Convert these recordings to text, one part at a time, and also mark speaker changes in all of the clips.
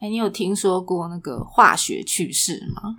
Speaker 1: 哎，你有听说过那个化学趣事吗？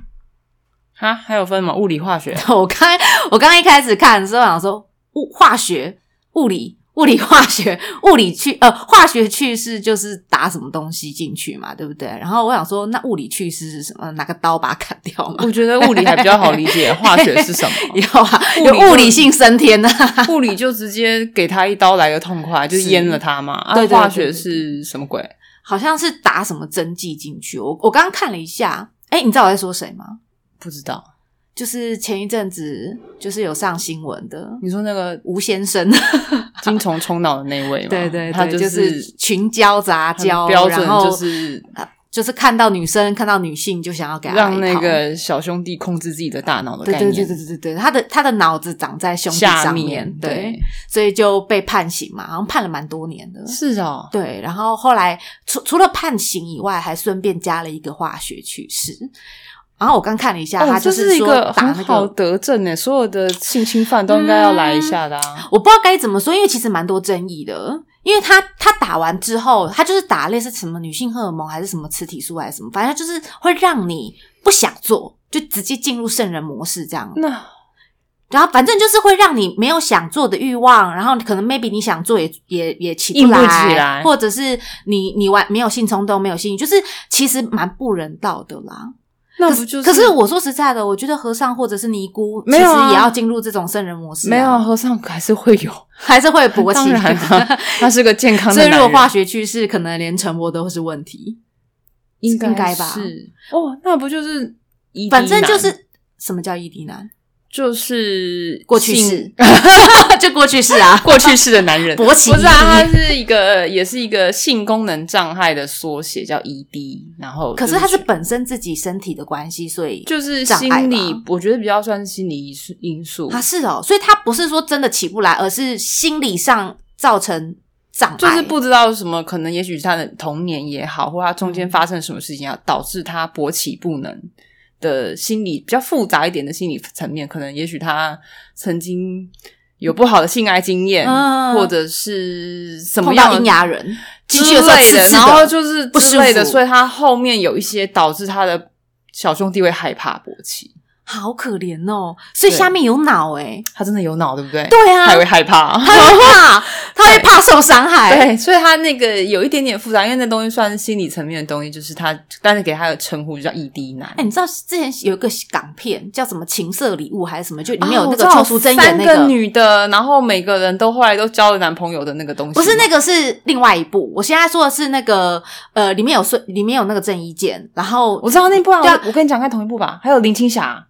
Speaker 2: 哈，还有分吗？物理、化学
Speaker 1: 我刚我刚一开始看的时候想说物化学、物理、物理化学、物理去呃化学去世就是打什么东西进去嘛，对不对？然后我想说，那物理去世是什么？拿个刀把它砍掉嘛？
Speaker 2: 我觉得物理还比较好理解，化学是什么？
Speaker 1: 有啊，
Speaker 2: 物理
Speaker 1: 有
Speaker 2: 就
Speaker 1: 物理性升天呐、啊。
Speaker 2: 物理就直接给他一刀来个痛快，就是是阉了他嘛。啊
Speaker 1: 对对，对
Speaker 2: 化学
Speaker 1: 对
Speaker 2: 是什么鬼？
Speaker 1: 好像是打什么针剂进去。我我刚刚看了一下，哎，你知道我在说谁吗？
Speaker 2: 不知道。
Speaker 1: 就是前一阵子就是有上新闻的
Speaker 2: 你说那个
Speaker 1: 吴先 生，
Speaker 2: 精虫充脑的那位吗？
Speaker 1: 对对
Speaker 2: 他
Speaker 1: 对，就是群交杂
Speaker 2: 很
Speaker 1: 交，
Speaker 2: 标
Speaker 1: 然
Speaker 2: 准
Speaker 1: 后
Speaker 2: 就是
Speaker 1: 啊就是看到女生看到女性就想要给她
Speaker 2: 让
Speaker 1: 来一
Speaker 2: 那
Speaker 1: 炮
Speaker 2: 个小兄弟控制自己的大脑的
Speaker 1: 对
Speaker 2: 概
Speaker 1: 对
Speaker 2: 念。
Speaker 1: 对对对对对，他的他的脑子长在胸
Speaker 2: 下
Speaker 1: 膛上
Speaker 2: 面
Speaker 1: 对，
Speaker 2: 对
Speaker 1: 所以就被判刑嘛，好像判了蛮多年的。
Speaker 2: 是哦，
Speaker 1: 对，然后后来除除了判刑以外，还顺便加了一个化学去世。然后我刚看了一下，他
Speaker 2: 哦，这
Speaker 1: 就是
Speaker 2: 一
Speaker 1: 说
Speaker 2: 个
Speaker 1: 打
Speaker 2: 很
Speaker 1: 那个。
Speaker 2: 好得证诶，所有的性侵犯都应该要来一下的啊。
Speaker 1: 我不知道该怎么说，因为其实蛮多争议的。因为他他打完之后，他就是打类似什么女性荷尔蒙还是什么雌体素还是什么，反正就是会让你不想做，就直接进入圣人模式这样。
Speaker 2: 那
Speaker 1: 然后反正就是会让你没有想做的欲望，然后可能 maybe 你想做也也也起
Speaker 2: 硬
Speaker 1: 来，
Speaker 2: 不起来
Speaker 1: 或者是你你完没有性冲动，没有性欲，就是其实蛮不人道的啦。
Speaker 2: 那不就是？
Speaker 1: 可是我说实在的，我觉得和尚或者是尼姑，
Speaker 2: 没有啊
Speaker 1: 其实也要进入这种圣人模式、
Speaker 2: 没有啊，，和尚还是会有，
Speaker 1: 还是会勃
Speaker 2: 当
Speaker 1: 起。
Speaker 2: 然 啊他是个健康的
Speaker 1: 所以
Speaker 2: 男
Speaker 1: 如
Speaker 2: 人，
Speaker 1: 果化学趋势，可能连成佛都是问题。应该吧
Speaker 2: 是哦，那不就是一滴
Speaker 1: 反正就
Speaker 2: 男
Speaker 1: 是什么叫异地男，
Speaker 2: 就是
Speaker 1: 过去
Speaker 2: 性
Speaker 1: 式，就过去式啊，
Speaker 2: 过去式的男人
Speaker 1: 勃起
Speaker 2: 不是啊，
Speaker 1: 异
Speaker 2: 它是一个也是一个性功能障碍的缩写，叫 ED。然 后
Speaker 1: 可
Speaker 2: 就是
Speaker 1: 它是
Speaker 2: 觉
Speaker 1: 本身自己身体的关系，所以
Speaker 2: 就是
Speaker 1: 障碍
Speaker 2: 心理
Speaker 1: 吧，
Speaker 2: 我觉得比较算是心理因素因素，
Speaker 1: 啊，是哦，所以他不是说真的起不来，而是心理上造成障碍，
Speaker 2: 就是不知道什么，可能也许是他的童年也好，或他中间发生什么事情啊，导致他勃起不能。的心理比较复杂一点的心理层面，可能也许他曾经有不好的性爱经验，
Speaker 1: 嗯
Speaker 2: 或者是什么
Speaker 1: 碰
Speaker 2: 样
Speaker 1: 到
Speaker 2: 的
Speaker 1: 阴阳人进去
Speaker 2: 之
Speaker 1: 啊的时候
Speaker 2: 类
Speaker 1: 刺
Speaker 2: 的，
Speaker 1: 刺
Speaker 2: 然后就是
Speaker 1: 不
Speaker 2: 之
Speaker 1: 舒
Speaker 2: 类的，
Speaker 1: 服
Speaker 2: 所以他后面有一些导致他的小兄弟会害怕勃起。
Speaker 1: 好可怜哦，所以
Speaker 2: 对
Speaker 1: 下面有脑哎、
Speaker 2: 他真的有脑，对不对？
Speaker 1: 对啊
Speaker 2: 他，也会害怕。
Speaker 1: 他会怕，他会怕受伤害，
Speaker 2: 对，所以他那个有一点点复杂，因为那东西算是心理层面的东西，就是他，但是给他的称呼就叫异地男
Speaker 1: 哎、。你知道之前有一个港片叫什么《情色礼物》还是什么，就里面有
Speaker 2: 啊
Speaker 1: 那
Speaker 2: 我
Speaker 1: 个
Speaker 2: 知道
Speaker 1: 邱淑贞演那
Speaker 2: 三个女的，然后每个人都后来都交了男朋友的那个东西，
Speaker 1: 不是那个是另外一部，我现在说的是那个呃，里面有孙，里面有那个郑伊健，然后
Speaker 2: 我知道那部啊，
Speaker 1: 对啊
Speaker 2: 我跟你讲，看同一部吧，还有林青霞，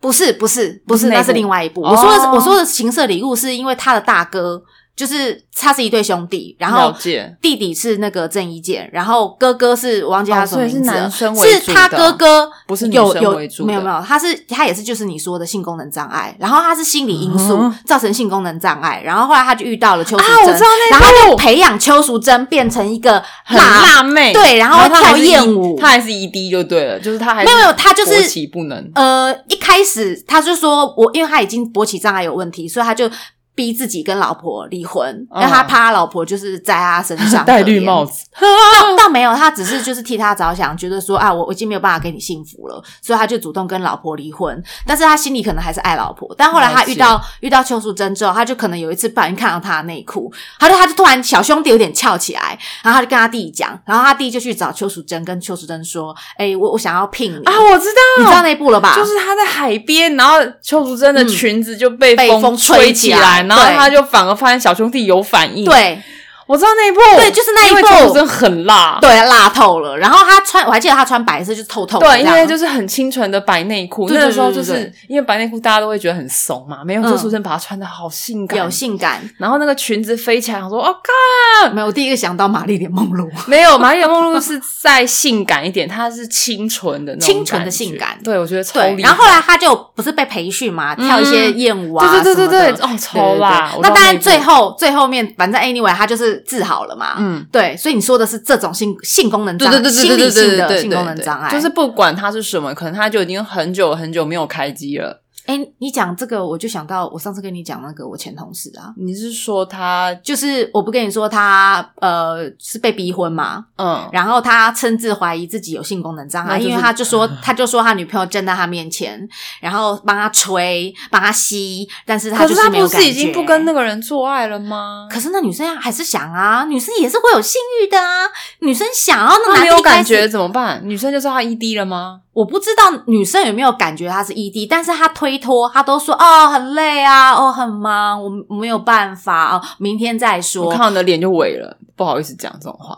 Speaker 1: 不是不是不
Speaker 2: 不是
Speaker 1: 是，
Speaker 2: 那一
Speaker 1: 那是
Speaker 2: 部
Speaker 1: 另外一部。
Speaker 2: 哦
Speaker 1: 我说的是我说的情色礼物，是因为他的大哥就是他是一对兄弟，然
Speaker 2: 了
Speaker 1: 后
Speaker 2: 解
Speaker 1: 弟弟是那个郑伊健，然后哥哥是我忘记他
Speaker 2: 哦
Speaker 1: 什么
Speaker 2: 所以是
Speaker 1: 名字了、
Speaker 2: 男生为
Speaker 1: 是
Speaker 2: 主
Speaker 1: 他
Speaker 2: 的
Speaker 1: 哥哥
Speaker 2: 不是女
Speaker 1: 有
Speaker 2: 生
Speaker 1: 有
Speaker 2: 为主
Speaker 1: 没有
Speaker 2: 的
Speaker 1: 没有，他是他也是就是你说的性功能障碍，然后他是心理因素、
Speaker 2: 嗯
Speaker 1: 造成性功能障碍，然后后来他就遇到了邱淑
Speaker 2: 啊
Speaker 1: 贞，，
Speaker 2: 我知道那
Speaker 1: 然
Speaker 2: 部
Speaker 1: 后就培养邱淑贞变成一个
Speaker 2: 很辣妹，
Speaker 1: 对然后
Speaker 2: 她还是
Speaker 1: 跳艳
Speaker 2: 一
Speaker 1: 舞
Speaker 2: 她还是 ED 就对了，就是她还是
Speaker 1: 没有没有她就是
Speaker 2: 勃起不能，
Speaker 1: 呃，一开始他就说我，因为他已经勃起障碍有问题，所以他就逼自己跟老婆离婚，
Speaker 2: 嗯
Speaker 1: 因为他怕他老婆就是在他身上
Speaker 2: 戴绿帽
Speaker 1: 子。
Speaker 2: 子，
Speaker 1: 倒倒没有，他只是就是替他着想，觉得说啊，我我已经没有办法给你幸福了，所以他就主动跟老婆离婚。但是他心里可能还是爱老婆。但后来他遇
Speaker 2: 哦
Speaker 1: 到遇到邱淑贞之后，他就可能有一次不小心看到她的内裤，他就他就突然小兄弟有点翘起来，然后他就跟他弟讲，然后他弟就去找邱淑贞，跟邱淑贞说：“哎、我我想要聘你
Speaker 2: 啊，我知道，
Speaker 1: 你知道那一步了吧？
Speaker 2: 就是她在海边，然后邱淑贞的裙子就被
Speaker 1: 嗯被风吹
Speaker 2: 吹
Speaker 1: 起
Speaker 2: 起
Speaker 1: 来
Speaker 2: 来，然后
Speaker 1: 对
Speaker 2: 她就反而发现小兄弟有反应。，
Speaker 1: 对
Speaker 2: 我知道那一部，
Speaker 1: 对就是那一部
Speaker 2: 因为邱淑贞很辣，
Speaker 1: 对，辣透了。然后他穿，我还记得他穿白色，就是透透的这
Speaker 2: 对，
Speaker 1: 样。
Speaker 2: 因为就是很清纯的白内裤，
Speaker 1: 对
Speaker 2: 那
Speaker 1: 对
Speaker 2: 个时候
Speaker 1: 对
Speaker 2: 就
Speaker 1: 对
Speaker 2: 是因为白内裤大家都会觉得很怂嘛，没有
Speaker 1: 嗯
Speaker 2: 邱淑贞把它穿的好性感，
Speaker 1: 有。性感。
Speaker 2: 然后那个裙子飞起来，我说：“ 我、靠！”
Speaker 1: 没有，我第一个想到玛丽莲梦露。
Speaker 2: 没有，玛丽莲梦露是再性感一点，她是清纯的那种
Speaker 1: 清纯的
Speaker 2: 感觉
Speaker 1: 性感
Speaker 2: 对我觉得超
Speaker 1: 对，
Speaker 2: 厉害。
Speaker 1: 然后后来他就不是被培训嘛，跳一些艳舞啊，
Speaker 2: 嗯对对对对对，
Speaker 1: 对，
Speaker 2: 哦，超辣！我
Speaker 1: 那
Speaker 2: 到
Speaker 1: 当
Speaker 2: 一
Speaker 1: 然，
Speaker 2: 步
Speaker 1: 最后最后面，反正 anyway，他就是治好了嘛。
Speaker 2: 嗯，
Speaker 1: 对，所以你说的是这种性性功能
Speaker 2: 对
Speaker 1: 障
Speaker 2: 对
Speaker 1: 碍，
Speaker 2: 对对
Speaker 1: 心
Speaker 2: 对
Speaker 1: 理
Speaker 2: 对
Speaker 1: 性
Speaker 2: 对
Speaker 1: 的
Speaker 2: 对
Speaker 1: 性功能障碍，
Speaker 2: 就是不管它是什么，可能它就已经很久很久没有开机了。
Speaker 1: 哎，你讲这个，我就想到我上次跟你讲那个我前同事啊，
Speaker 2: 你是说他
Speaker 1: 就是我不跟你说他呃是被逼婚嘛，
Speaker 2: 嗯
Speaker 1: 然后他甚至怀疑自己有性功能障碍，
Speaker 2: 那就是
Speaker 1: 因为他就说，他就说他女朋友站在他面前，然后帮他吹，帮他吸，但是他
Speaker 2: 可
Speaker 1: 就是是
Speaker 2: 他
Speaker 1: 没有
Speaker 2: 不
Speaker 1: 感
Speaker 2: 是
Speaker 1: 觉。
Speaker 2: 已经不跟那个人做爱了吗？
Speaker 1: 可是那女生还是想啊，女生也是会有性欲的啊，女生想要那
Speaker 2: 他
Speaker 1: 男生
Speaker 2: 没有
Speaker 1: 一开
Speaker 2: 感
Speaker 1: 始
Speaker 2: 觉，怎么办？女生就说他 ED 了吗？
Speaker 1: 我不知道女生有没有感觉她是 ED，但是她推脱，她都说哦很累啊，哦很忙，我我没有办法哦，明天再
Speaker 2: 我
Speaker 1: 说
Speaker 2: 看。到你的脸就萎了，不好意思讲这种话。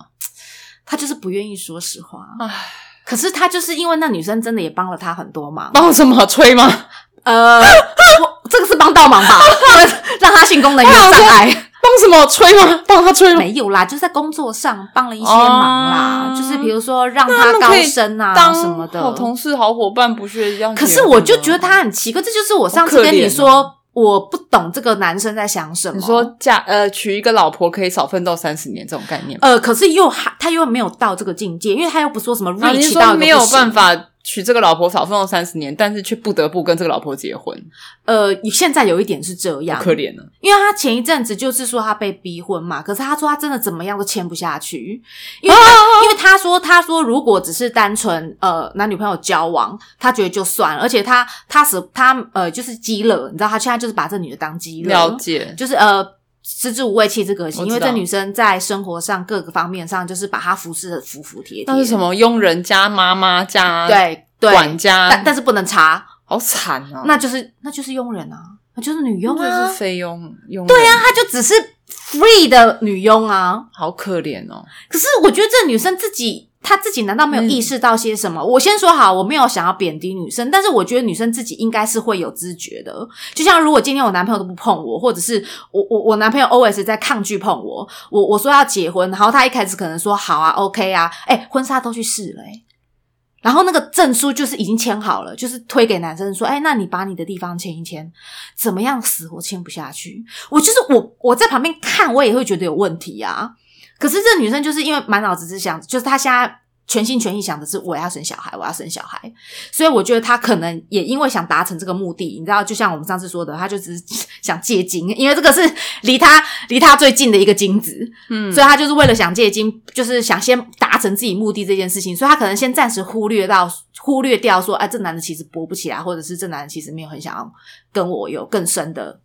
Speaker 1: 她就是不愿意说实话，
Speaker 2: 唉，
Speaker 1: 可是她就是因为那女生真的也帮了她很多忙，
Speaker 2: 帮我什么吹吗？
Speaker 1: 呃，我这个是帮倒忙吧，让他性功
Speaker 2: 哎
Speaker 1: 能有障碍。
Speaker 2: 帮什么吹吗？帮他吹吗？
Speaker 1: 没有啦，就是在工作上帮了一些忙啦，
Speaker 2: 哦
Speaker 1: 就是比如说让
Speaker 2: 那他
Speaker 1: 他
Speaker 2: 们
Speaker 1: 高
Speaker 2: 可以
Speaker 1: 升啊
Speaker 2: 当
Speaker 1: 什么
Speaker 2: 好
Speaker 1: 的。
Speaker 2: 同事、好伙伴不屑这样。
Speaker 1: 可是我就觉得，他很奇怪，这就是我上次跟你
Speaker 2: 好可怜哦
Speaker 1: 说，我不懂这个男生在想什么。
Speaker 2: 你说嫁呃娶一个老婆可以少奋斗三十年这种概念吗，
Speaker 1: 呃，可是又还他又没有到这个境界，因为他又不说什么
Speaker 2: 然后啊你
Speaker 1: reach 到一
Speaker 2: 说
Speaker 1: 个
Speaker 2: 没有
Speaker 1: 不行
Speaker 2: 办。法娶这个老婆少奋斗三十年，但是却不得不跟这个老婆结婚，
Speaker 1: 呃，现在有一点是这样
Speaker 2: 好，可怜呢、啊
Speaker 1: 因为他前一阵子就是说他被逼婚嘛，可是他说他真的怎么样都签不下去，因为
Speaker 2: 哦
Speaker 1: 他、因为他说他说如果只是单纯呃男女朋友交往，他觉得就算了，而且他他是他呃就是基了，你知道他现在就是把这女的当基
Speaker 2: 了解，
Speaker 1: 就是呃。食之无味，弃之可惜。
Speaker 2: 我知
Speaker 1: 因
Speaker 2: 道
Speaker 1: 为这女生在生活上各个方面上，就是把她服侍的服服帖帖。
Speaker 2: 那是什？么佣人加妈妈加
Speaker 1: 对对，
Speaker 2: 管家，
Speaker 1: 但但是不能查，
Speaker 2: 好惨哦、
Speaker 1: 那就是那就是佣人啊，那就是女佣
Speaker 2: 这
Speaker 1: 啊
Speaker 2: 是，菲佣佣对啊，
Speaker 1: 她就只是 free 的女佣啊。
Speaker 2: 好可怜哦、
Speaker 1: 可是我觉得这女生自己，她自己难道没有意识到些什么？我先说好，我没有想要贬低女生，但是我觉得女生自己应该是会有知觉的。就像如果今天我男朋友都不碰我，或者是我我我男朋友 always 在抗拒碰我，我我说要结婚，然后他一开始可能说好啊，OK 啊，哎、婚纱都去试了、欸。然后那个证书就是已经签好了，就是推给男生说：“哎，那你把你的地方签一签，怎么样死活签不下去？”我就是我，我在旁边看，我也会觉得有问题啊。可是这女生就是因为满脑子只想，就是她现在全心全意想的是我要生小孩，我要生小孩，所以我觉得她可能也因为想达成这个目的，你知道，就像我们上次说的，她就只是想借精，因为这个是 离她离她最近的一个精子，
Speaker 2: 嗯
Speaker 1: 所以她就是为了想借精，就是想先达成自己目的这件事情，所以她可能先暂时忽略到忽略掉说，哎、这男的其实勃不起来，或者是这男的其实没有很想要跟我有更深的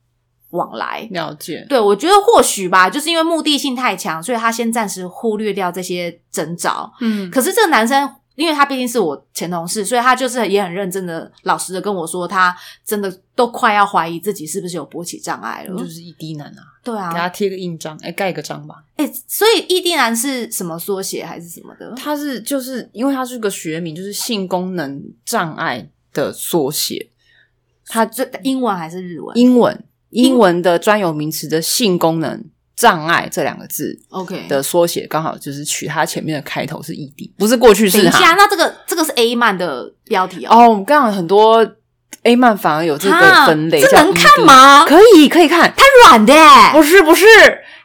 Speaker 1: 往来，
Speaker 2: 了解，
Speaker 1: 对，我觉得或许吧，就是因为目的性太强，所以他先暂时忽略掉这些征兆。
Speaker 2: 嗯，
Speaker 1: 可是这个男生，因为他毕竟是我前同事，所以他就是也很认真的、老实的跟我说，他真的都快要怀疑自己是不是有勃起障碍了
Speaker 2: 就。是一滴男啊，
Speaker 1: 对
Speaker 2: 给
Speaker 1: 啊
Speaker 2: 他，贴个印章，哎、盖个章吧。
Speaker 1: 哎、所以异地男是什么缩写还是什么的？
Speaker 2: 它是就是因为它是个学名，就是性功能障碍的缩写。
Speaker 1: 他这英文还是日文
Speaker 2: 英文英文的专有名词的性功能障碍这两个字
Speaker 1: ？OK，
Speaker 2: 的缩写，刚好就是取它前面的开头是 ed，不是过去
Speaker 1: 等
Speaker 2: 式
Speaker 1: 一下，
Speaker 2: 哈。
Speaker 1: 那这个这个是 A 漫的标题哦。
Speaker 2: 哦，我们刚好很多 A 漫反而有这个
Speaker 1: 哈
Speaker 2: 分类，
Speaker 1: 这
Speaker 2: 叫
Speaker 1: 能看
Speaker 2: ED？
Speaker 1: 吗？
Speaker 2: 可以，可以看。它
Speaker 1: 它软的、欸，
Speaker 2: 不是不是，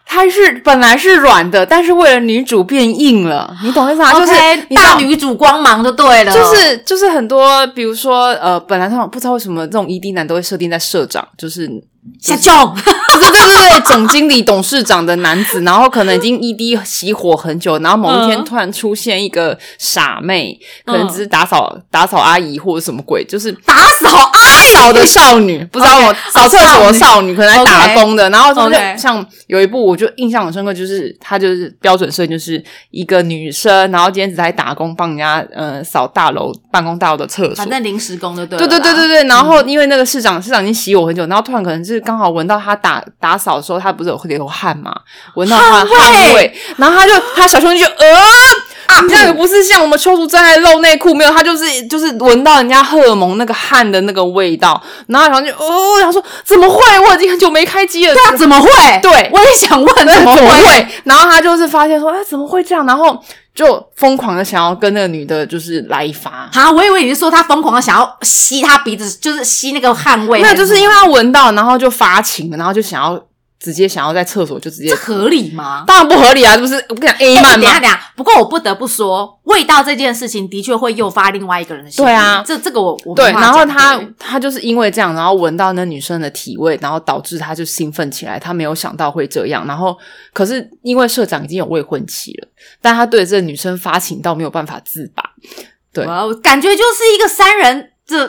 Speaker 2: 它是本来是软的，但是为了女主变硬了，你懂意思吗？就是
Speaker 1: OK，
Speaker 2: 你知道
Speaker 1: 大女主光芒就对了，
Speaker 2: 就是就是很多，比如说呃，本来他们不知道为什么这种 ED 男都会设定在社长，就是
Speaker 1: 下重。
Speaker 2: 对对对对，总经理、董事长的男子，然后可能 已经 ED 熄火很久，然后某一天
Speaker 1: 嗯
Speaker 2: 突然出现一个傻妹，可能
Speaker 1: 嗯
Speaker 2: 只是打扫打扫阿姨或者什么鬼，就是
Speaker 1: 打扫啊！
Speaker 2: 少的少女，不知道我扫厕所的少女，可能在打工的。然后就是
Speaker 1: OK
Speaker 2: 像有一部我就印象很深刻，就是她就是标准设定就是一个女生，然后今天只在打工帮人家呃扫大楼办公大楼的厕所
Speaker 1: 反。正临时工就对了
Speaker 2: 对
Speaker 1: 啦。
Speaker 2: 对对对对，然后因为那个市长，市长已经洗我很久，然后突然可能就是刚好闻到他打打扫的时候，他不是有会流汗嘛，闻到他的汗
Speaker 1: 汗
Speaker 2: 味，然后他就他小兄弟就呃。你那个不是像我们邱淑贞还露内裤，没有，他就是就是闻到人家荷尔蒙那个汗的那个味道，然后小兄弟就哦，然后说怎么会？我已经很久没开机了，
Speaker 1: 对啊，怎么会？
Speaker 2: 对
Speaker 1: 我也想问
Speaker 2: 那
Speaker 1: 怎么
Speaker 2: 怎么
Speaker 1: 会？
Speaker 2: 会？然后他就是发现说，哎，怎么会这样？然后就疯狂的想要跟那个女的，就是来一发。
Speaker 1: 啊，我以为你是说他疯狂的想要吸他鼻子，就是吸那个汗味。
Speaker 2: 没有，就是因为他闻到，然后就发情，然后就想要直接想要在厕所就直接
Speaker 1: 这，合理吗？
Speaker 2: 当然不合理啊，这不是我跟你讲 A
Speaker 1: 哎
Speaker 2: 漫
Speaker 1: 等一下
Speaker 2: 吗？
Speaker 1: 等一下，不过我不得不说，味道这件事情的确会诱发另外一个人的心理
Speaker 2: 对啊
Speaker 1: 这这个我我没
Speaker 2: 对，
Speaker 1: 话
Speaker 2: 然后
Speaker 1: 讲
Speaker 2: 他
Speaker 1: 对
Speaker 2: 他就是因为这样，然后闻到那女生的体味，然后导致他就兴奋起来，他没有想到会这样。然后可是因为社长已经有未婚妻了，但他对这女生发情到没有办法自拔。对
Speaker 1: 哇哦感觉就是一个三人这，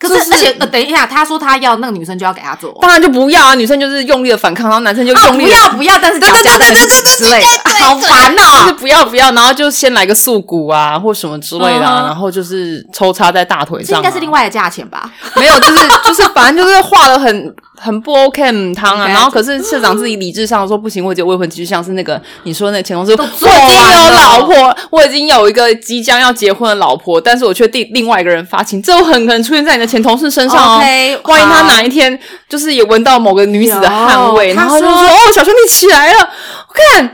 Speaker 1: 可是、
Speaker 2: 就是
Speaker 1: 而且、呃、等一下，他说他要那个女生就要给他做，
Speaker 2: 当然就不要啊，女生就是用力的反抗，然后男生就用力
Speaker 1: 啊不要
Speaker 2: 的、
Speaker 1: 不要，但是
Speaker 2: 对
Speaker 1: 要
Speaker 2: 对
Speaker 1: 加
Speaker 2: 对对
Speaker 1: 分
Speaker 2: 对对
Speaker 1: 之类的，好烦
Speaker 2: 就是
Speaker 1: 呐！
Speaker 2: 不要不要，然后就先来个素骨啊，或什么之类的、
Speaker 1: 嗯
Speaker 2: 啊
Speaker 1: 哼
Speaker 2: 然后就是抽插在大腿
Speaker 1: 这
Speaker 2: 上、啊。
Speaker 1: 应该是另外的价钱吧？
Speaker 2: 没有，就是就是，反正就是画的很很不 OK 嗯汤啊。
Speaker 1: OK
Speaker 2: 然后可是社长自己理智上说不行，我已经有未婚妻，就像是那个你说那个前同事，我
Speaker 1: 都
Speaker 2: 已
Speaker 1: 做
Speaker 2: 经
Speaker 1: 完
Speaker 2: 有
Speaker 1: 了
Speaker 2: 老婆，我已经有一个即将要结婚的老婆，但是我却对另外一个人发情，这有很可能出现在你的前同事身上哦。
Speaker 1: OK，
Speaker 2: 万一他
Speaker 1: 好
Speaker 2: 哪一天就是也闻到某个女子的汗味，
Speaker 1: 有
Speaker 2: 然后就
Speaker 1: 他
Speaker 2: 说
Speaker 1: 说
Speaker 2: 哦，小兄弟起来了，我看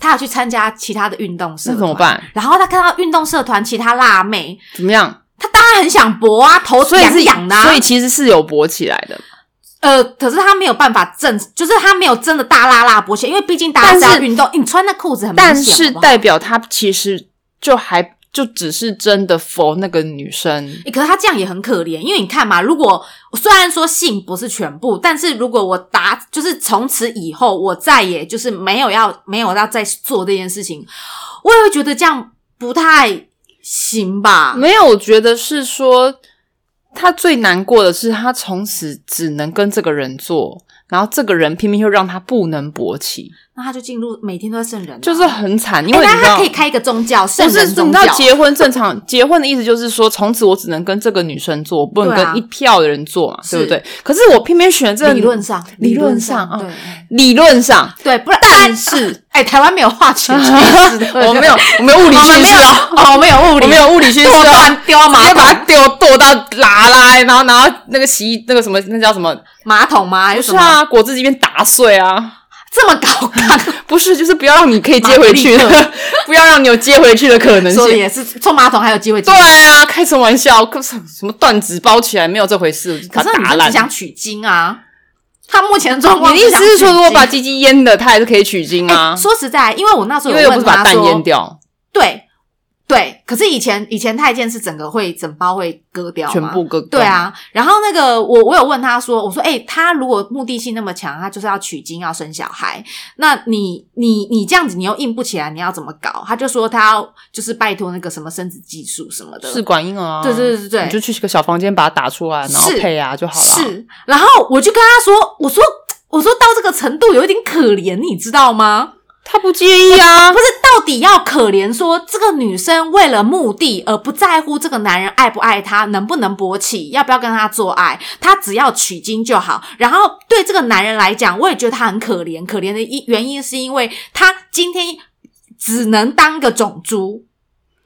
Speaker 1: 他要去参加其他的运动社，
Speaker 2: 那怎么？办？
Speaker 1: 然后他看到运动社团其他辣妹，
Speaker 2: 怎么样？
Speaker 1: 他当然很想搏啊，头
Speaker 2: 所以
Speaker 1: 痒
Speaker 2: 是
Speaker 1: 痒的啊、
Speaker 2: 所以其实是有勃起来的，
Speaker 1: 呃，可是他没有办法正，就是他没有真的大拉拉勃起，因为毕竟大家
Speaker 2: 但
Speaker 1: 是
Speaker 2: 是
Speaker 1: 要运动，你穿那裤子很明显
Speaker 2: 但是
Speaker 1: 好不好
Speaker 2: 代表他其实就还就只是真的否那个女生。
Speaker 1: 欸可是他这样也很可怜，因为你看嘛，如果虽然说性不是全部，但是如果我达就是从此以后，我再也就是没有要没有要再做这件事情，我也会觉得这样不太行吧？
Speaker 2: 没有，我觉得是说他最难过的是，他从此只能跟这个人做，然后这个人偏偏又让他不能勃起，
Speaker 1: 那他就进入每天都在圣人啊、
Speaker 2: 就是很惨。因
Speaker 1: 欸
Speaker 2: 为你
Speaker 1: 那
Speaker 2: 知道，
Speaker 1: 他可以开一个宗教，圣
Speaker 2: 不是
Speaker 1: 人
Speaker 2: 你知
Speaker 1: 宗
Speaker 2: 道
Speaker 1: 教。
Speaker 2: 结婚正常结婚的意思就是说，从此我只能跟这个女生做，我不能
Speaker 1: 对啊
Speaker 2: 跟一票的人做嘛，
Speaker 1: 是
Speaker 2: 对不对？可是我偏偏选了这个
Speaker 1: 理论上，
Speaker 2: 理论上啊
Speaker 1: 对
Speaker 2: 理论上，
Speaker 1: 对，不然
Speaker 2: 但是
Speaker 1: 哎、台湾没有化学
Speaker 2: 我没 有我没有物
Speaker 1: 物
Speaker 2: 理叙事哦，
Speaker 1: 哦，我们有物理，
Speaker 2: 我没有物理叙事
Speaker 1: 我
Speaker 2: 哦，
Speaker 1: 们丢到
Speaker 2: 直
Speaker 1: 马
Speaker 2: 接
Speaker 1: 桶
Speaker 2: 把它丢剁到拉拉，然后拿到那个洗衣那个什么那叫什么？
Speaker 1: 马桶吗？还
Speaker 2: 不
Speaker 1: 是什
Speaker 2: 是
Speaker 1: 么？
Speaker 2: 啊，果汁机边打碎啊，
Speaker 1: 这么高干，
Speaker 2: 不是，就是不要让你可以接回去
Speaker 1: 马
Speaker 2: 的， 不要让你有接回去的可能
Speaker 1: 说的
Speaker 2: 性。
Speaker 1: 也是，冲马桶还有机会进
Speaker 2: 对。啊，开什么玩笑？可是什么断纸包起来没有这回事，我就
Speaker 1: 可
Speaker 2: 把
Speaker 1: 是
Speaker 2: 它
Speaker 1: 女
Speaker 2: 打
Speaker 1: 生只
Speaker 2: 烂。
Speaker 1: 想取经啊，她目前的状况。
Speaker 2: 你的意思是说，如果把鸡鸡淹了，它还是可以取经
Speaker 1: 啊哎，
Speaker 2: 啊？
Speaker 1: 说实在，因为我那时
Speaker 2: 因
Speaker 1: 候
Speaker 2: 为
Speaker 1: 有
Speaker 2: 又不
Speaker 1: 问
Speaker 2: 是把
Speaker 1: 她
Speaker 2: 蛋淹
Speaker 1: 说，
Speaker 2: 掉，
Speaker 1: 对对，可是以前以前太监是整个会整包会割掉吗，
Speaker 2: 全部割
Speaker 1: 对啊，然后那个我我有问他说，我说，哎、他如果目的性那么强，他就是要取经要生小孩，那你你你这样子你又硬不起来，你要怎么搞？他就说他要就是拜托那个什么生殖技术什么的，
Speaker 2: 试管婴儿啊。
Speaker 1: 对对对对对
Speaker 2: 你就去个小房间把它打出来，然后
Speaker 1: 是
Speaker 2: 配啊就好了。
Speaker 1: 是，然后我就跟他说，我说我说到这个程度有一点可怜，你知道吗？
Speaker 2: 他不介意啊
Speaker 1: 不，是到底要可怜说这个女生为了目的而不在乎这个男人爱不爱她，能不能勃起，要不要跟他做爱，她只要取经就好。然后对这个男人来讲，我也觉得他很可怜，可怜的一原因是因为他今天只能当个种猪。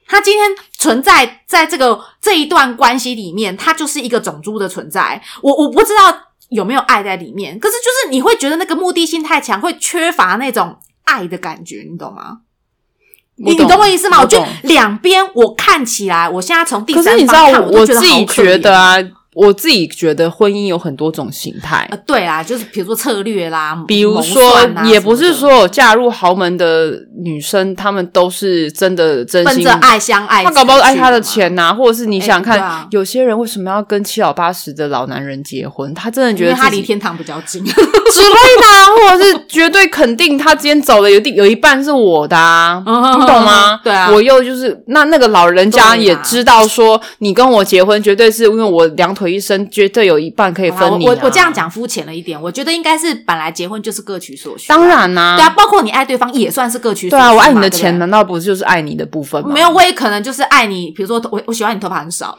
Speaker 1: 他今天存在在这个这一段关系里面，他就是一个种猪的存在。我我不知道有没有爱在里面，可是就是你会觉得那个目的性太强，会缺乏那种爱的感觉，你懂吗？你你懂我意思吗？我觉得
Speaker 2: 懂
Speaker 1: 两边我看起来，我现在从第
Speaker 2: 可
Speaker 1: 三
Speaker 2: 是你知道
Speaker 1: 方看，
Speaker 2: 我
Speaker 1: 都
Speaker 2: 自己
Speaker 1: 好可怜
Speaker 2: 觉得，啊，我自己觉得婚姻有很多种形态
Speaker 1: 呃，，对啊，就是比如说策略啦，
Speaker 2: 比如
Speaker 1: 谋
Speaker 2: 说
Speaker 1: 算，啊
Speaker 2: 也不
Speaker 1: 什么
Speaker 2: 是
Speaker 1: 的
Speaker 2: 所有嫁入豪门的女生，她们都是真的真
Speaker 1: 奔
Speaker 2: 心
Speaker 1: 着。爱相爱，
Speaker 2: 她搞不好爱她的，钱呐、或者是你想想看、
Speaker 1: 哎对啊
Speaker 2: 有些人为什么要跟七老八十的老男人结婚？他真的
Speaker 1: 因
Speaker 2: 觉
Speaker 1: 为
Speaker 2: 得
Speaker 1: 他
Speaker 2: 自
Speaker 1: 离
Speaker 2: 己
Speaker 1: 天堂比较 近。
Speaker 2: 之类的、啊，或者是绝对肯定他今天走的有一有一半是我的、啊，
Speaker 1: 嗯
Speaker 2: 你懂吗？
Speaker 1: 对啊
Speaker 2: 我又就是那那个老人家
Speaker 1: 对啊
Speaker 2: 也知道说，你跟我结婚绝对是因为我两腿一伸，绝对有一半可以
Speaker 1: 好啦
Speaker 2: 分你、啊
Speaker 1: 我我我这样，讲肤浅了一点，我觉得应该是本来结婚就是各取所需。
Speaker 2: 当、然啦、
Speaker 1: 对啊，包括你爱对方也算是各取所
Speaker 2: 对
Speaker 1: 需嘛。
Speaker 2: 啊，我爱你的
Speaker 1: 对不对
Speaker 2: 钱，难道不就是爱你的部分吗？
Speaker 1: 没有，我也可能就是爱你，比如说我我喜欢你头发很少，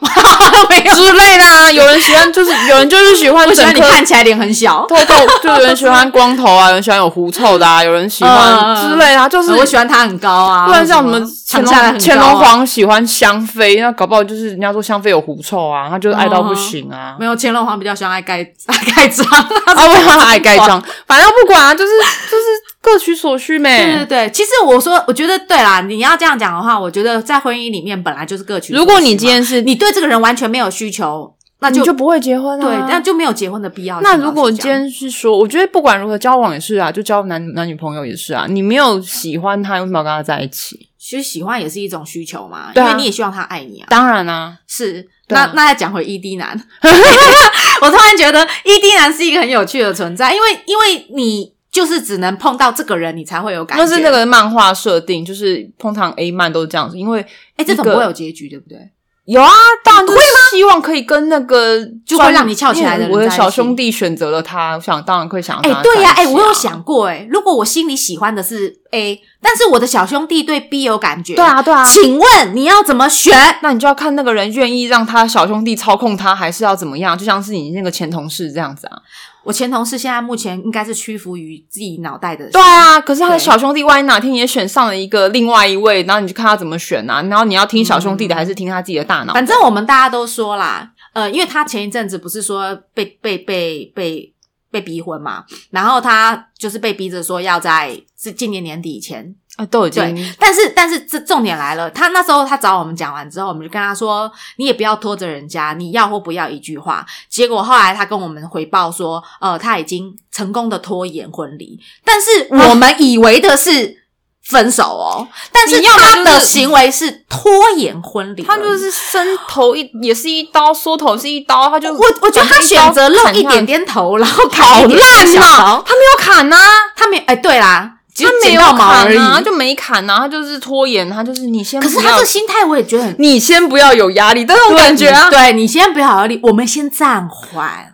Speaker 1: 没有，
Speaker 2: 之类的、啊，有人喜欢 就是有人就是喜欢
Speaker 1: 我喜
Speaker 2: 整
Speaker 1: 欢你
Speaker 2: 颗
Speaker 1: 看起来脸很小，
Speaker 2: 透透，就有人喜欢光头啊，有人喜欢有狐臭的啊，有人喜欢
Speaker 1: 嗯
Speaker 2: 之类的、啊，就是
Speaker 1: 呃我喜欢他很高啊，
Speaker 2: 不然像什么乾
Speaker 1: 躺下来很高
Speaker 2: 隆
Speaker 1: 啊
Speaker 2: 乾隆皇喜欢香妃，那搞不好就是人家说香妃有狐臭啊，他就是爱到不行啊。
Speaker 1: 没有乾隆皇比较喜欢爱盖 盖章，
Speaker 2: 啊，为 他爱盖章，反正不管啊，就是就是各取所需
Speaker 1: 对啊对
Speaker 2: 呗。
Speaker 1: 对，其实我说，我觉得对啦，你要这样讲的话，我觉得在婚姻里面本来就是各取所需嘛。
Speaker 2: 如果你今天是
Speaker 1: 你对这个人完全没有需求，那
Speaker 3: 你
Speaker 1: 就
Speaker 3: 就不会结婚啊。
Speaker 1: 对，那就没有结婚的必要性。
Speaker 2: 那如果
Speaker 1: 老实
Speaker 2: 今
Speaker 1: 讲
Speaker 2: 天是说，我觉得不管如何交往也是啊，就交男男女朋友也是啊，你没有喜欢他，为什么要跟他在一起？
Speaker 1: 其实喜欢也是一种需求嘛，
Speaker 2: 对啊
Speaker 1: 因为你也希望他爱你啊。
Speaker 2: 当然啊，
Speaker 1: 是，
Speaker 2: 对
Speaker 1: 那
Speaker 2: 啊
Speaker 1: 那再讲回 ED 男， 我突然觉得 ED 男是一个很有趣的存在，因为因为你就是只能碰到这个人，你才会有感觉。
Speaker 2: 那是那，个漫画设定，就是通常 A 漫都是这样子，因为
Speaker 1: 哎，这
Speaker 2: 一
Speaker 1: 种
Speaker 2: 个
Speaker 1: 不会有结局，对不对？
Speaker 2: 有啊，
Speaker 1: 嗯
Speaker 2: 当然就是希望可以跟那个
Speaker 1: 就会让你翘起来的人
Speaker 2: 因为我的
Speaker 1: 在一起
Speaker 2: 小兄弟选择了他，我想当然会想
Speaker 1: 哎
Speaker 2: 跟，他
Speaker 1: 对呀、
Speaker 2: 在
Speaker 1: 哎、
Speaker 2: 一起啊
Speaker 1: 我有想过、哎，如果我心里喜欢的是 A，但是我的小兄弟对 B 有感觉，
Speaker 2: 对啊对啊，
Speaker 1: 请问你要怎么选？
Speaker 2: 那你就要看那个人愿意让他小兄弟操控他，还是要怎么样？就像是你那个前同事这样子啊。
Speaker 1: 我前同事现在目前应该是屈服于自己脑袋的，
Speaker 2: 对啊，可是他的
Speaker 1: 对
Speaker 2: 小兄弟万一哪天也选上了一个另外一位，然后你就看他怎么选啊。然后你要听小兄弟的，还是听他自己的大脑？
Speaker 1: 反正我们大家都说啦，呃，因为他前一阵子不是说被被被被被逼婚嘛，然后他就是被逼着说要在是今年年底以前，
Speaker 2: 啊，都已
Speaker 1: 对
Speaker 2: 经
Speaker 1: 但是但是这重点来了，他那时候他找我们讲完之后，我们就跟他说，你也不要拖着人家，你要或不要一句话。结果后来他跟我们回报说，呃，他已经成功的拖延婚礼，但是
Speaker 2: 嗯
Speaker 1: 我们以为的是。分手哦，但是
Speaker 2: 你要么
Speaker 1: 他的
Speaker 2: 就是
Speaker 1: 行为是拖延婚礼而已，
Speaker 2: 他就是伸头一也是一刀，缩头是一刀，他就
Speaker 1: 我我觉得他选择露一点点头，然后砍
Speaker 2: 好
Speaker 1: 一点点
Speaker 2: 烂
Speaker 1: 小
Speaker 2: 呐、
Speaker 1: 刀。
Speaker 2: 他没有砍呐、
Speaker 1: 他没哎，对啦，只
Speaker 2: 他没
Speaker 1: 剪
Speaker 2: 有
Speaker 1: 到
Speaker 2: 砍
Speaker 1: 毛
Speaker 2: 啊，
Speaker 1: 而已。
Speaker 2: 他就没砍啊呐、他就是拖延，他就是你先不
Speaker 1: 可
Speaker 2: 要，
Speaker 1: 是他这心态，我也觉得很
Speaker 2: 你先不要有压力的那种感觉啊。
Speaker 1: 对你先不要好力，我们先暂缓。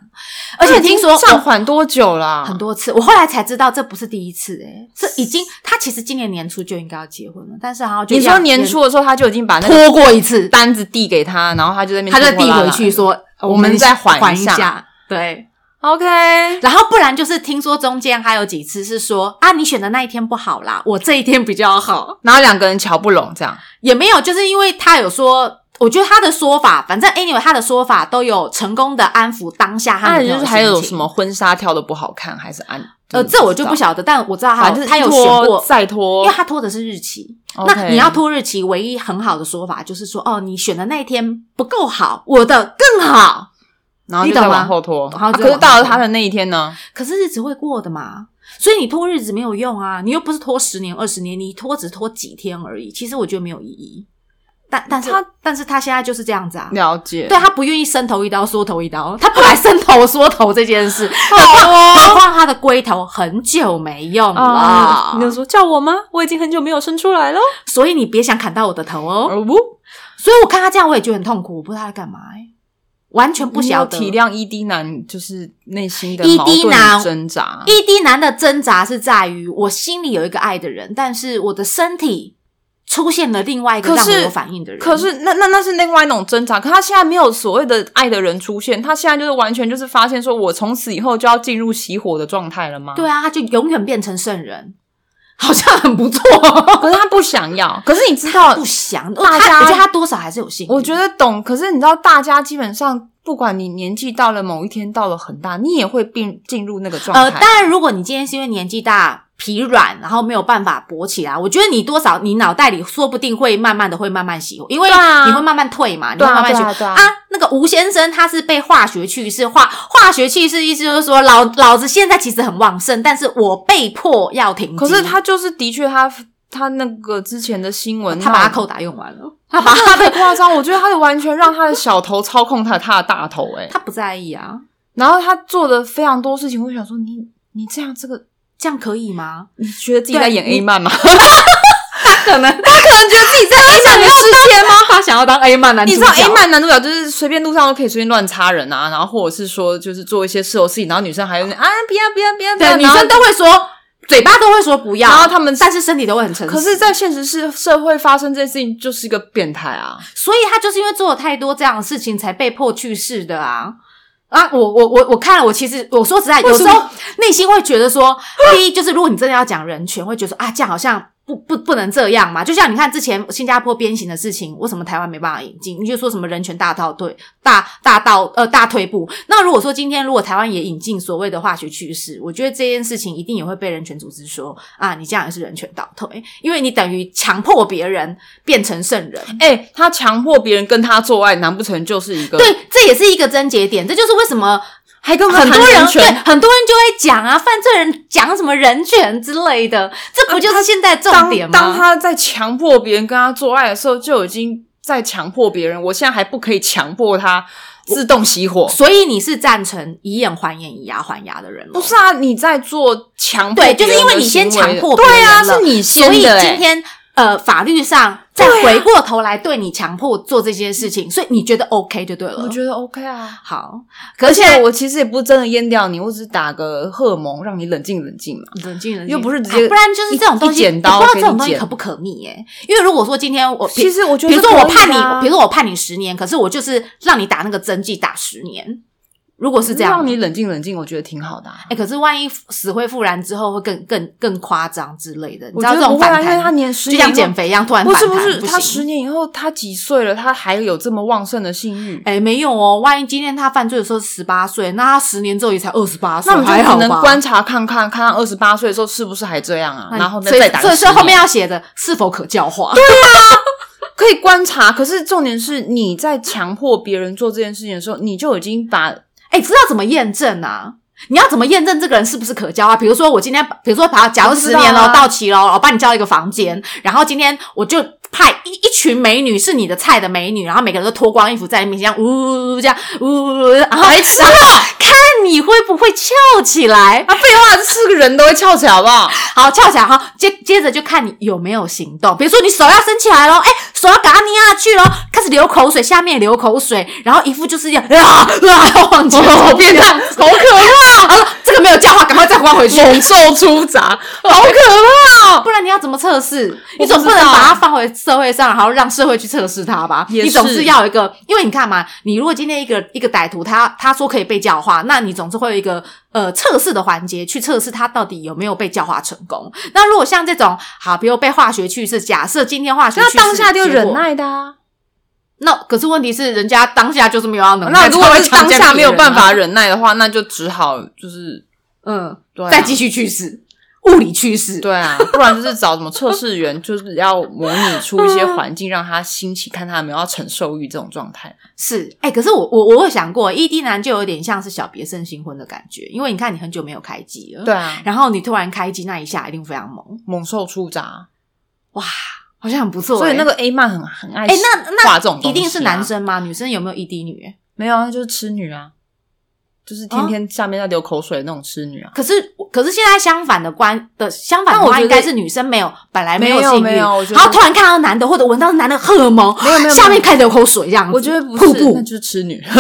Speaker 1: 而且听说
Speaker 2: 暂
Speaker 1: 我
Speaker 2: 缓多久啊啦、
Speaker 1: 很多次，我后来才知道这不是第一次哎，这已经他其实今年年初就应该要结婚了，但是好像就
Speaker 2: 你
Speaker 1: 一
Speaker 2: 说
Speaker 1: 样
Speaker 2: 年初的时候，他就已经把那个
Speaker 1: 拖过一次，
Speaker 2: 单子递给他，然后他就在那边
Speaker 1: 他就
Speaker 2: 拖
Speaker 1: 递
Speaker 2: 拉拉
Speaker 1: 回去说
Speaker 2: 我们再缓
Speaker 1: 缓
Speaker 2: 一
Speaker 1: 一
Speaker 2: 下
Speaker 1: 下，对。
Speaker 2: OK。
Speaker 1: 然后不然就是听说中间还有几次是说啊，你选的那一天不好啦，我这一天比较好，
Speaker 2: 然后两个人瞧不拢，这样
Speaker 1: 也没有，就是因为他有说，我觉得他的说法，反正 anyway 他的说法都有成功的安抚当下他
Speaker 2: 他
Speaker 1: 女朋友
Speaker 2: 啊就是
Speaker 1: 的
Speaker 2: 还有
Speaker 1: 心情
Speaker 2: 什么？婚纱跳的不好看，还是按
Speaker 1: 呃，这我就不，啊晓得，但我知道他
Speaker 2: 反
Speaker 1: 有
Speaker 2: 正
Speaker 1: 他有选
Speaker 2: 拖
Speaker 1: 过，
Speaker 2: 再拖，
Speaker 1: 因为他拖的是日期。那
Speaker 2: OK
Speaker 1: 你要拖日期，唯一很好的说法就是说，哦，你选的那一天不够好，我的更好。
Speaker 2: 然后
Speaker 1: 你
Speaker 2: 就
Speaker 1: 懂
Speaker 2: 再
Speaker 1: 吗
Speaker 2: 往后拖。
Speaker 1: 然后
Speaker 2: 啊
Speaker 1: 就
Speaker 2: 可是
Speaker 1: 往后
Speaker 2: 到了
Speaker 1: 拖
Speaker 2: 他的那一天呢？
Speaker 1: 可是日子会过的嘛，所以你拖日子没有用啊，你又不是拖十年二十年，你拖只拖几天而已，其实我觉得没有意义。但但是
Speaker 2: 他
Speaker 1: 但是他现在就是这样子啊，
Speaker 2: 了解，
Speaker 1: 对他不愿意伸头一刀缩头一刀，他不来伸头缩头这件事，
Speaker 2: 好
Speaker 1: 何
Speaker 2: 哦。
Speaker 1: 况他的龟头很久没用了，
Speaker 2: 啊，你就说叫我吗？我已经很久没有生出来了。
Speaker 1: 所以你别想砍到我的头哦。
Speaker 2: 哦不，
Speaker 1: 所以我看他这样，我也觉得很痛苦，我不知道他在干嘛、欸，完全不
Speaker 2: 你要
Speaker 1: 晓得。
Speaker 2: 体谅 ED 男，就是内心的
Speaker 1: ED
Speaker 2: 矛盾与
Speaker 1: 男
Speaker 2: 挣扎。
Speaker 1: E D 男的挣扎是在于我心里有一个爱的人，但是我的身体出现了另外一个
Speaker 2: 可
Speaker 1: 让
Speaker 2: 是
Speaker 1: 我有反应的人。
Speaker 2: 可是那那那是另外一种挣扎，可他现在没有所谓的爱的人出现，他现在就是完全就是发现说，我从此以后就要进入熄火的状态了吗？
Speaker 1: 对啊，他就永远变成圣人， 好像很不错。
Speaker 2: 可是他不想要，可是你知道
Speaker 1: 不，想，他
Speaker 2: 大家
Speaker 1: 我觉得他多少还是有性欲。
Speaker 2: 我觉得懂，可是你知道，大家基本上不管你年纪到了某一天到了很大，你也会并进入那个状
Speaker 1: 呃，
Speaker 2: 态。
Speaker 1: 当然，如果你今天是因为年纪大、疲软，然后没有办法勃起来，我觉得你多少你脑袋里说不定会慢慢的会慢慢熄火，因为
Speaker 2: 对啊
Speaker 1: 你会慢慢退嘛，你
Speaker 2: 对
Speaker 1: 会
Speaker 2: 啊
Speaker 1: 慢慢
Speaker 2: 对
Speaker 1: 去
Speaker 2: 啊对啊
Speaker 1: 那个吴先生他是被化学去世，化化学去世意思就是说老老子现在其实很旺盛，但是我被迫要停机。
Speaker 2: 嗯可是他就是的确他。他那个之前的新闻，
Speaker 1: 他把他
Speaker 2: 口。
Speaker 1: 扣打用完了，他把他
Speaker 2: 太夸张，我觉得他的完全让他的小头操控他他的大头、欸，
Speaker 1: 他不在意啊，
Speaker 2: 然后他做的非常多事情，我想说你你这样这个，
Speaker 1: 这样可以吗？
Speaker 2: 你觉得自己在演
Speaker 1: 对你
Speaker 2: A 漫吗？
Speaker 1: 可能 他可能觉得自己在 A 漫的世界吗？他想要当 A 漫男
Speaker 2: 你
Speaker 1: 主
Speaker 2: 知
Speaker 1: 角，
Speaker 2: 道 A 漫男主角就是随便路上都可以随便乱插人啊，然后或者是说就是做一些事后事情，然后女生还有点啊不要不要不要不要，
Speaker 1: 对女
Speaker 2: 然后
Speaker 1: 生都会说，嘴巴都会说不要，
Speaker 2: 然后他们
Speaker 1: 但是身体都会很诚实。
Speaker 2: 可是，在现实社社会发生这件事情就是一个变态啊！
Speaker 1: 所以他就是因为做了太多这样的事情，才被迫去世的啊。啊，我我我我看了，我其实我说实在，有
Speaker 2: 为什
Speaker 1: 时
Speaker 2: 么
Speaker 1: 候内心会觉得说，第一就是如果你真的要讲人权，会觉得说啊，这样好像不不不能这样嘛！就像你看之前新加坡鞭刑的事情，为什么台湾没办法引进？你就说什么人权大倒退、大大倒呃大退步。那如果说今天如果台湾也引进所谓的化学趋势，我觉得这件事情一定也会被人权组织说啊，你这样也是人权倒退，因为你等于强迫别人变成圣人。
Speaker 2: 哎、他强迫别人跟他做爱，难不成就是一个
Speaker 1: 对，这也是一个症结点，这就是为什么
Speaker 2: 还跟我们
Speaker 1: 很多
Speaker 2: 谈
Speaker 1: 人
Speaker 2: 人
Speaker 1: 对
Speaker 2: 权
Speaker 1: 很多人就会讲啊，犯罪人讲什么人权之类的，这不就是现在重
Speaker 2: 当
Speaker 1: 点吗？
Speaker 2: 当啊他在强迫别人跟他做爱的时候，就已经在强迫别人。我现在还不可以强迫他自动熄火。
Speaker 1: 所以你是赞成以眼还眼，以牙还牙的人咯
Speaker 2: 不是啊，你在做强迫
Speaker 1: 对，就
Speaker 2: 别人的
Speaker 1: 是因
Speaker 2: 行为，
Speaker 1: 为你先强迫别
Speaker 2: 对啊，
Speaker 1: 人了
Speaker 2: 是你
Speaker 1: 所
Speaker 2: 先
Speaker 1: 以
Speaker 2: 的、欸。
Speaker 1: 今天呃，法律上再回过头来对你强迫做这件事情，所以你觉得 OK 就对了。
Speaker 2: 啊我觉得 OK 啊，
Speaker 1: 好，可
Speaker 2: 而
Speaker 1: 是
Speaker 2: 且我其实也不是真的阉掉你，我只是打个荷尔蒙让你冷静冷静嘛。
Speaker 1: 冷静冷静，
Speaker 2: 又不是直接
Speaker 1: 啊不然就是这种东西，
Speaker 2: 一剪刀
Speaker 1: 我不知道这种
Speaker 2: 给你
Speaker 1: 东西
Speaker 2: 剪
Speaker 1: 可不可逆耶、因为如果说今天我
Speaker 2: 其实我觉得
Speaker 1: 比如
Speaker 2: 是
Speaker 1: 说我
Speaker 2: 可以
Speaker 1: 判
Speaker 2: 的啊
Speaker 1: 你，比如说我判你十年，可是我就是让你打那个针剂打十年，如果是这样呢，
Speaker 2: 让你冷静冷静，我觉得挺好的、啊。
Speaker 1: 哎、可是万一死灰复燃之后会更更更夸张之类的，你
Speaker 2: 我
Speaker 1: 知道
Speaker 2: 觉
Speaker 1: 这
Speaker 2: 得不
Speaker 1: 种
Speaker 2: 会啊，
Speaker 1: 反
Speaker 2: 因为他
Speaker 1: 弹，
Speaker 2: 年十
Speaker 1: 就
Speaker 2: 年
Speaker 1: 像
Speaker 2: 以后
Speaker 1: 减肥一样突然
Speaker 2: 不
Speaker 1: 反
Speaker 2: 是
Speaker 1: 弹，
Speaker 2: 不是，他
Speaker 1: 行
Speaker 2: 十年以后他几岁了？他还有这么旺盛的性欲？
Speaker 1: 哎、没有哦，万一今天他犯罪的时候十八岁，那他十年之后也才二十八岁，
Speaker 2: 那我们
Speaker 1: 还
Speaker 2: 就
Speaker 1: 好
Speaker 2: 只能
Speaker 1: 吧
Speaker 2: 观察看看，看看二十八岁的时候是不是还这样啊？
Speaker 1: 那
Speaker 2: 然后呢
Speaker 1: 所以
Speaker 2: 再打个
Speaker 1: 所以
Speaker 2: 十
Speaker 1: 说后面
Speaker 2: 年
Speaker 1: 要写的是否可教化？
Speaker 2: 可以观察，可是重点是你在强迫别人做这件事情的时候，你就已经 把
Speaker 1: 哎、知道怎么验证啊？你要怎么验证这个人是不是可交啊？比如说我今天，比如说把假如
Speaker 2: 我知
Speaker 1: 十
Speaker 2: 道啊
Speaker 1: 年了、到期了，我帮你交一个房间，然后今天我就派一一群美女是你的菜的美女，然后每个人都脱光衣服在你面前这样呜呜呜这样呜呜呜，然后
Speaker 2: 白痴
Speaker 1: 然后看你会不会翘起来？
Speaker 2: 啊，废话，这四个人都会翘起来，好不好？
Speaker 1: 好，翘起来哈，接接着就看你有没有行动。比如说你手要伸起来咯，哎、手要给它捏下去咯，开始流口水，下面也流口水，然后一副就是这样啊啊要往前
Speaker 2: 哦
Speaker 1: 走，
Speaker 2: 变态
Speaker 1: 好可怕！他说这个没有教化，赶快再换回去。
Speaker 2: 猛兽出 闸，
Speaker 1: 哦
Speaker 2: 好可怕、哦！
Speaker 1: 啊不然你要怎么测试？
Speaker 2: 我不
Speaker 1: 你
Speaker 2: 知道
Speaker 1: 总不能把它放回社会上，然后让社会去测试它吧？
Speaker 2: 也是
Speaker 1: 你总是要有一个，因为你看嘛，你如果今天一个一个歹徒他他说可以被教化，那你总是会有一个呃测试的环节去测试他到底有没有被教化成功。那如果像这种好，比如被化学去世，假设今天化学去
Speaker 2: 那
Speaker 1: 世，
Speaker 2: 当下就
Speaker 1: 结果
Speaker 2: 忍。耐的啊。
Speaker 1: 那可是问题是，人家当下嗯就是没有要能耐，
Speaker 2: 那如果
Speaker 1: 才会
Speaker 2: 是
Speaker 1: 强
Speaker 2: 当
Speaker 1: 奸
Speaker 2: 下没有
Speaker 1: 别人啊
Speaker 2: 办，法忍耐的话，那就只好就是
Speaker 1: 嗯，
Speaker 2: 对啊、
Speaker 1: 再继续去世，物理去世，
Speaker 2: 对啊，不然就是找什么测试员，就是要模拟出一些环境，让他兴起，看他有没有要承受欲这种状态。
Speaker 1: 是，哎、可是我我我有想过，异地男就有点像是小别胜新婚的感觉，因为你看你很久没有开机了，
Speaker 2: 对，啊，
Speaker 1: 然后你突然开机那一下一定非常猛，
Speaker 2: 猛兽出闸，
Speaker 1: 哇，好像很不错、
Speaker 2: 所以那
Speaker 1: 个
Speaker 2: 个 A 曼很很爱
Speaker 1: 哎、那
Speaker 2: 画这种东西
Speaker 1: 那
Speaker 2: 啊
Speaker 1: 一定是男生吗？女生有没有异地女？欸
Speaker 2: 没有啊，那就是痴女啊，就是天天下面在流口水的那种痴女啊。
Speaker 1: 可是可是现在相反的关的相反
Speaker 2: 但
Speaker 1: 的
Speaker 2: 我
Speaker 1: 话，
Speaker 2: 觉
Speaker 1: 应该
Speaker 2: 得
Speaker 1: 是女生没有本来
Speaker 2: 没有
Speaker 1: 性
Speaker 2: 没
Speaker 1: 欲，
Speaker 2: 有我觉得
Speaker 1: 然后突然看到男的或者闻到男的荷尔蒙，
Speaker 2: 没有没有没有
Speaker 1: 下面开始流口水这样子，
Speaker 2: 我觉得不是
Speaker 1: 瀑，
Speaker 2: 那
Speaker 1: 布
Speaker 2: 就是痴女。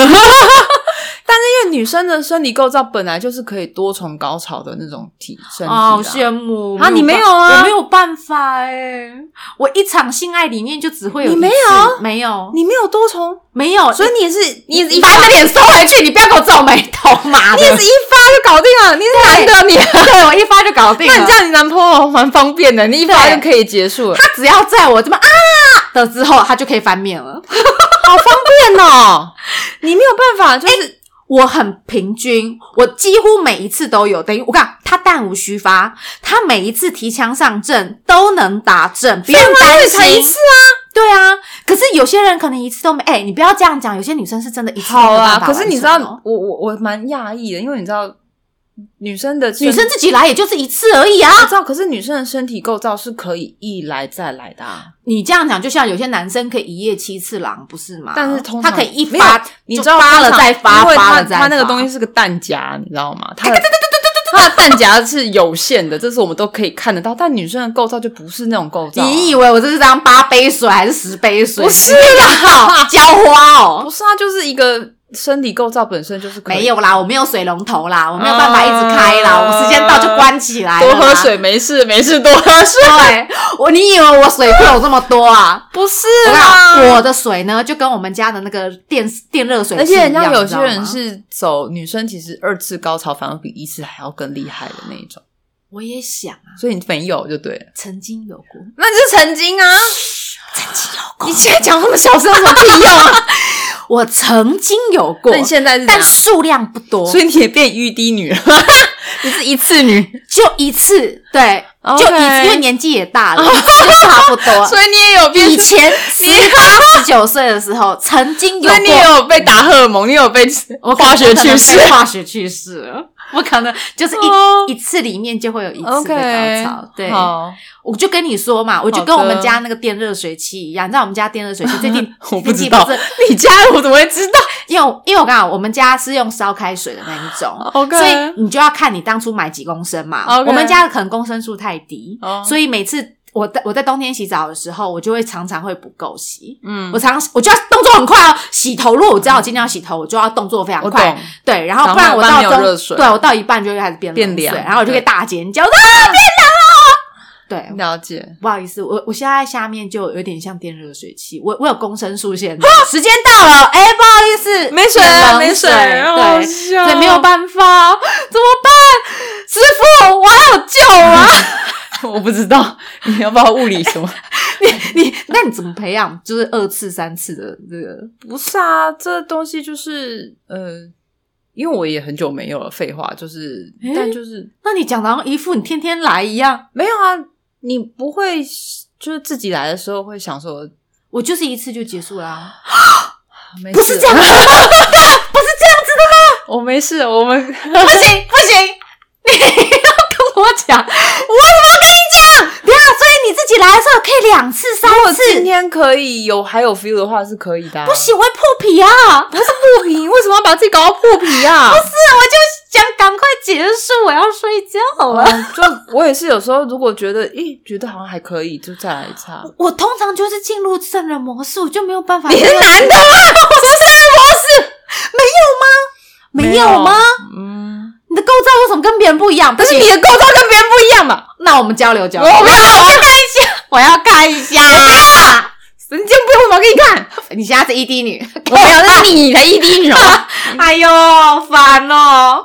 Speaker 2: 但是因为女生的生理构造本来就是可以多重高潮的那种体身体、啊，
Speaker 1: 哦好羡慕
Speaker 2: 啊你没
Speaker 1: 办
Speaker 2: 有啊
Speaker 1: 我没有办法哎、我一场性爱里面就只会有
Speaker 2: 你
Speaker 1: 一
Speaker 2: 没
Speaker 1: 次
Speaker 2: 有
Speaker 1: 没有，
Speaker 2: 你没有多重，
Speaker 1: 没有，
Speaker 2: 所以你也是哦你也是
Speaker 1: 你
Speaker 2: 一
Speaker 1: 把
Speaker 2: 发
Speaker 1: 你的脸收回去，你不要给我皱眉头，妈的！
Speaker 2: 你也是一发就搞定了，你啊是男的你。
Speaker 1: 对我一发就搞定了。
Speaker 2: 那你这样，你男朋友蛮方便的，你一发就可以结束了，
Speaker 1: 他只要在我这么啊的之后，他就可以翻面了。
Speaker 2: 好方便哦！哎你没有办法，就是
Speaker 1: 我很平均，我几乎每一次都有。等于我看他弹无虚发，他每一次提枪上阵都能打正，不用
Speaker 2: 我
Speaker 1: 担
Speaker 2: 也才一
Speaker 1: 心。
Speaker 2: 次啊，
Speaker 1: 对啊，可是有些人可能一次都没。哎、你不要这样讲，有些女生是真的一次都没
Speaker 2: 好啊
Speaker 1: 有
Speaker 2: 啦，
Speaker 1: 办法
Speaker 2: 可是你知道
Speaker 1: 完成哦，
Speaker 2: 我我我蛮讶异的，因为你知道女生的
Speaker 1: 女生自己来也就是一次而已啊。
Speaker 2: 我知道，可是女生的身体构造是可以一来再来的、啊，
Speaker 1: 你这样讲，就像有些男生可以一夜七次郎，不是吗？
Speaker 2: 但是通
Speaker 1: 他
Speaker 2: 常
Speaker 1: 可以一
Speaker 2: 没有
Speaker 1: 发，
Speaker 2: 你
Speaker 1: 就
Speaker 2: 知道
Speaker 1: 发了
Speaker 2: 通常
Speaker 1: 再发，
Speaker 2: 因为它
Speaker 1: 发了再发。
Speaker 2: 它那个东西是个弹夹，你知道吗？它的它的弹夹是有限的，这是我们都可以看得到，但女生的构造就不是那种构造啊、
Speaker 1: 你以为我这是张八杯水还是十杯水？
Speaker 2: 不是
Speaker 1: 啦，浇花哦。
Speaker 2: 不是啊，就是一个身体构造本身就是可以
Speaker 1: 没有啦，我没有水龙头啦，我没有办法一直开啦，
Speaker 2: 啊
Speaker 1: 我时间到就关起来。
Speaker 2: 多喝。水，没事没事，多喝水，
Speaker 1: 对，我你以为我水库有这么多啊？
Speaker 2: 不是
Speaker 1: 我
Speaker 2: 啊，
Speaker 1: 看我的水呢，就跟我们家的那个电电热水
Speaker 2: 而
Speaker 1: 器一
Speaker 2: 且
Speaker 1: 样，
Speaker 2: 人家有
Speaker 1: 你
Speaker 2: 些
Speaker 1: 知道
Speaker 2: 人
Speaker 1: 吗
Speaker 2: 是走女生，其实二次高潮反而比一次还要更厉害的那一种。
Speaker 1: 我也想啊，
Speaker 2: 所以你没有就对了，
Speaker 1: 曾经有过，
Speaker 2: 那你是曾经啊，
Speaker 1: 曾经有
Speaker 2: 你现在讲那么小声有什么屁用啊？
Speaker 1: 过，我曾经有过
Speaker 2: 那，你现在是怎样
Speaker 1: 但数量不多，
Speaker 2: 所以你也变玉滴女了，你是一次女，
Speaker 1: 就一次，对
Speaker 2: OK
Speaker 1: 就一次，因为年纪也大了，一次就差不多。
Speaker 2: 所以你也有变
Speaker 1: 以前十八、十九岁的时候，曾经有
Speaker 2: 所以你也
Speaker 1: 过，
Speaker 2: 有被打荷尔蒙，你有被
Speaker 1: 我可
Speaker 2: 化学
Speaker 1: 不可能
Speaker 2: 去
Speaker 1: 被
Speaker 2: 世。
Speaker 1: 化学去世了， 我可能就是一、
Speaker 2: 哦
Speaker 1: 一次里面就会有一次的
Speaker 2: OK，
Speaker 1: 高潮。对，
Speaker 2: 好，
Speaker 1: 我就跟你说嘛，我就
Speaker 2: 好的
Speaker 1: 跟我们家那个电热水器一样，你知道我们家电热水器最近
Speaker 2: 我
Speaker 1: 最
Speaker 2: 不知
Speaker 1: 近
Speaker 2: 道
Speaker 1: 不是，
Speaker 2: 你家我怎么会知道？
Speaker 1: 因为我因为我刚好我们家是用烧开水的那一种
Speaker 2: OK
Speaker 1: 所以你就要看你当初买几公升嘛。
Speaker 2: OK
Speaker 1: 我们家可能公升数太低
Speaker 2: 哦
Speaker 1: 所以每次我在我在冬天洗澡的时候，我就会常常会不够洗。
Speaker 2: 嗯
Speaker 1: 我，常我就要动作很快哦，洗头。如果我知道我今天要洗头，我就要动作非常
Speaker 2: 我
Speaker 1: 快。
Speaker 2: 懂
Speaker 1: 对，然后
Speaker 2: 然后
Speaker 1: 不然我到
Speaker 2: 慢慢没有热水
Speaker 1: 中，对我到一半就会开始变
Speaker 2: 变
Speaker 1: 冷
Speaker 2: 凉
Speaker 1: 水然后我就会
Speaker 2: 对
Speaker 1: 大尖叫，啊，变凉了！对，
Speaker 2: 了解。
Speaker 1: 不好意思，我我现在下面就有点像电热水器，我我有公升数限制，时间到了，哎、不好意思，
Speaker 2: 没水
Speaker 1: 冷
Speaker 2: 了，
Speaker 1: 水
Speaker 2: 没水啊了，哦好
Speaker 1: 对，啊
Speaker 2: 笑
Speaker 1: 对，没有办法，怎么办？师傅，我还有救啊！
Speaker 2: 我不知道你要不要物理什么？
Speaker 1: 你你，那你怎么培养就是二次、三次的这个？
Speaker 2: 不是啊，这东西就是呃，因为我也很久没有了，废话就是，
Speaker 1: 诶
Speaker 2: 但就是
Speaker 1: 那你讲的好像一副你天天来一样，
Speaker 2: 没有啊，你不会就是自己来的时候会想说，啊
Speaker 1: 我就是一次就结束啦、
Speaker 2: 没
Speaker 1: 不是
Speaker 2: 事
Speaker 1: 这样
Speaker 2: 了
Speaker 1: 子，
Speaker 2: 我没事，我们
Speaker 1: 不行 不行，你要跟我讲，我怎么跟你讲？对啊，所以你自己来的时候可以两次、三
Speaker 2: 如果
Speaker 1: 次，
Speaker 2: 今天可以有还有 feel 的话是可以的、啊，
Speaker 1: 不行，我会破皮啊！不是
Speaker 2: 破皮，为什么要把自己搞到破皮 啊？不是
Speaker 1: 我就想赶快结束，我要睡觉啊了。
Speaker 2: 啊就我也是有时候如果觉得，咦，觉得好像还可以，就再来一啊擦。
Speaker 1: 我通常就是进入圣人模式，我就没有办法。
Speaker 2: 你是男的吗？我是
Speaker 1: 没有吗？？
Speaker 2: 嗯，
Speaker 1: 你的构造为什么跟别人不一样？不
Speaker 2: 但是
Speaker 1: 行
Speaker 2: 你，的构造跟别人不一样嘛。
Speaker 1: 那我们交流
Speaker 2: 我
Speaker 1: 交
Speaker 2: 没
Speaker 1: 流。
Speaker 2: 有，我
Speaker 1: 我要看一下，
Speaker 2: 神经病，我怎么给你看？
Speaker 1: 你
Speaker 2: 哦
Speaker 1: 现在是 ED E 女，
Speaker 2: 我没有，那是你才一滴女好吗
Speaker 1: 哎呦，好烦哦。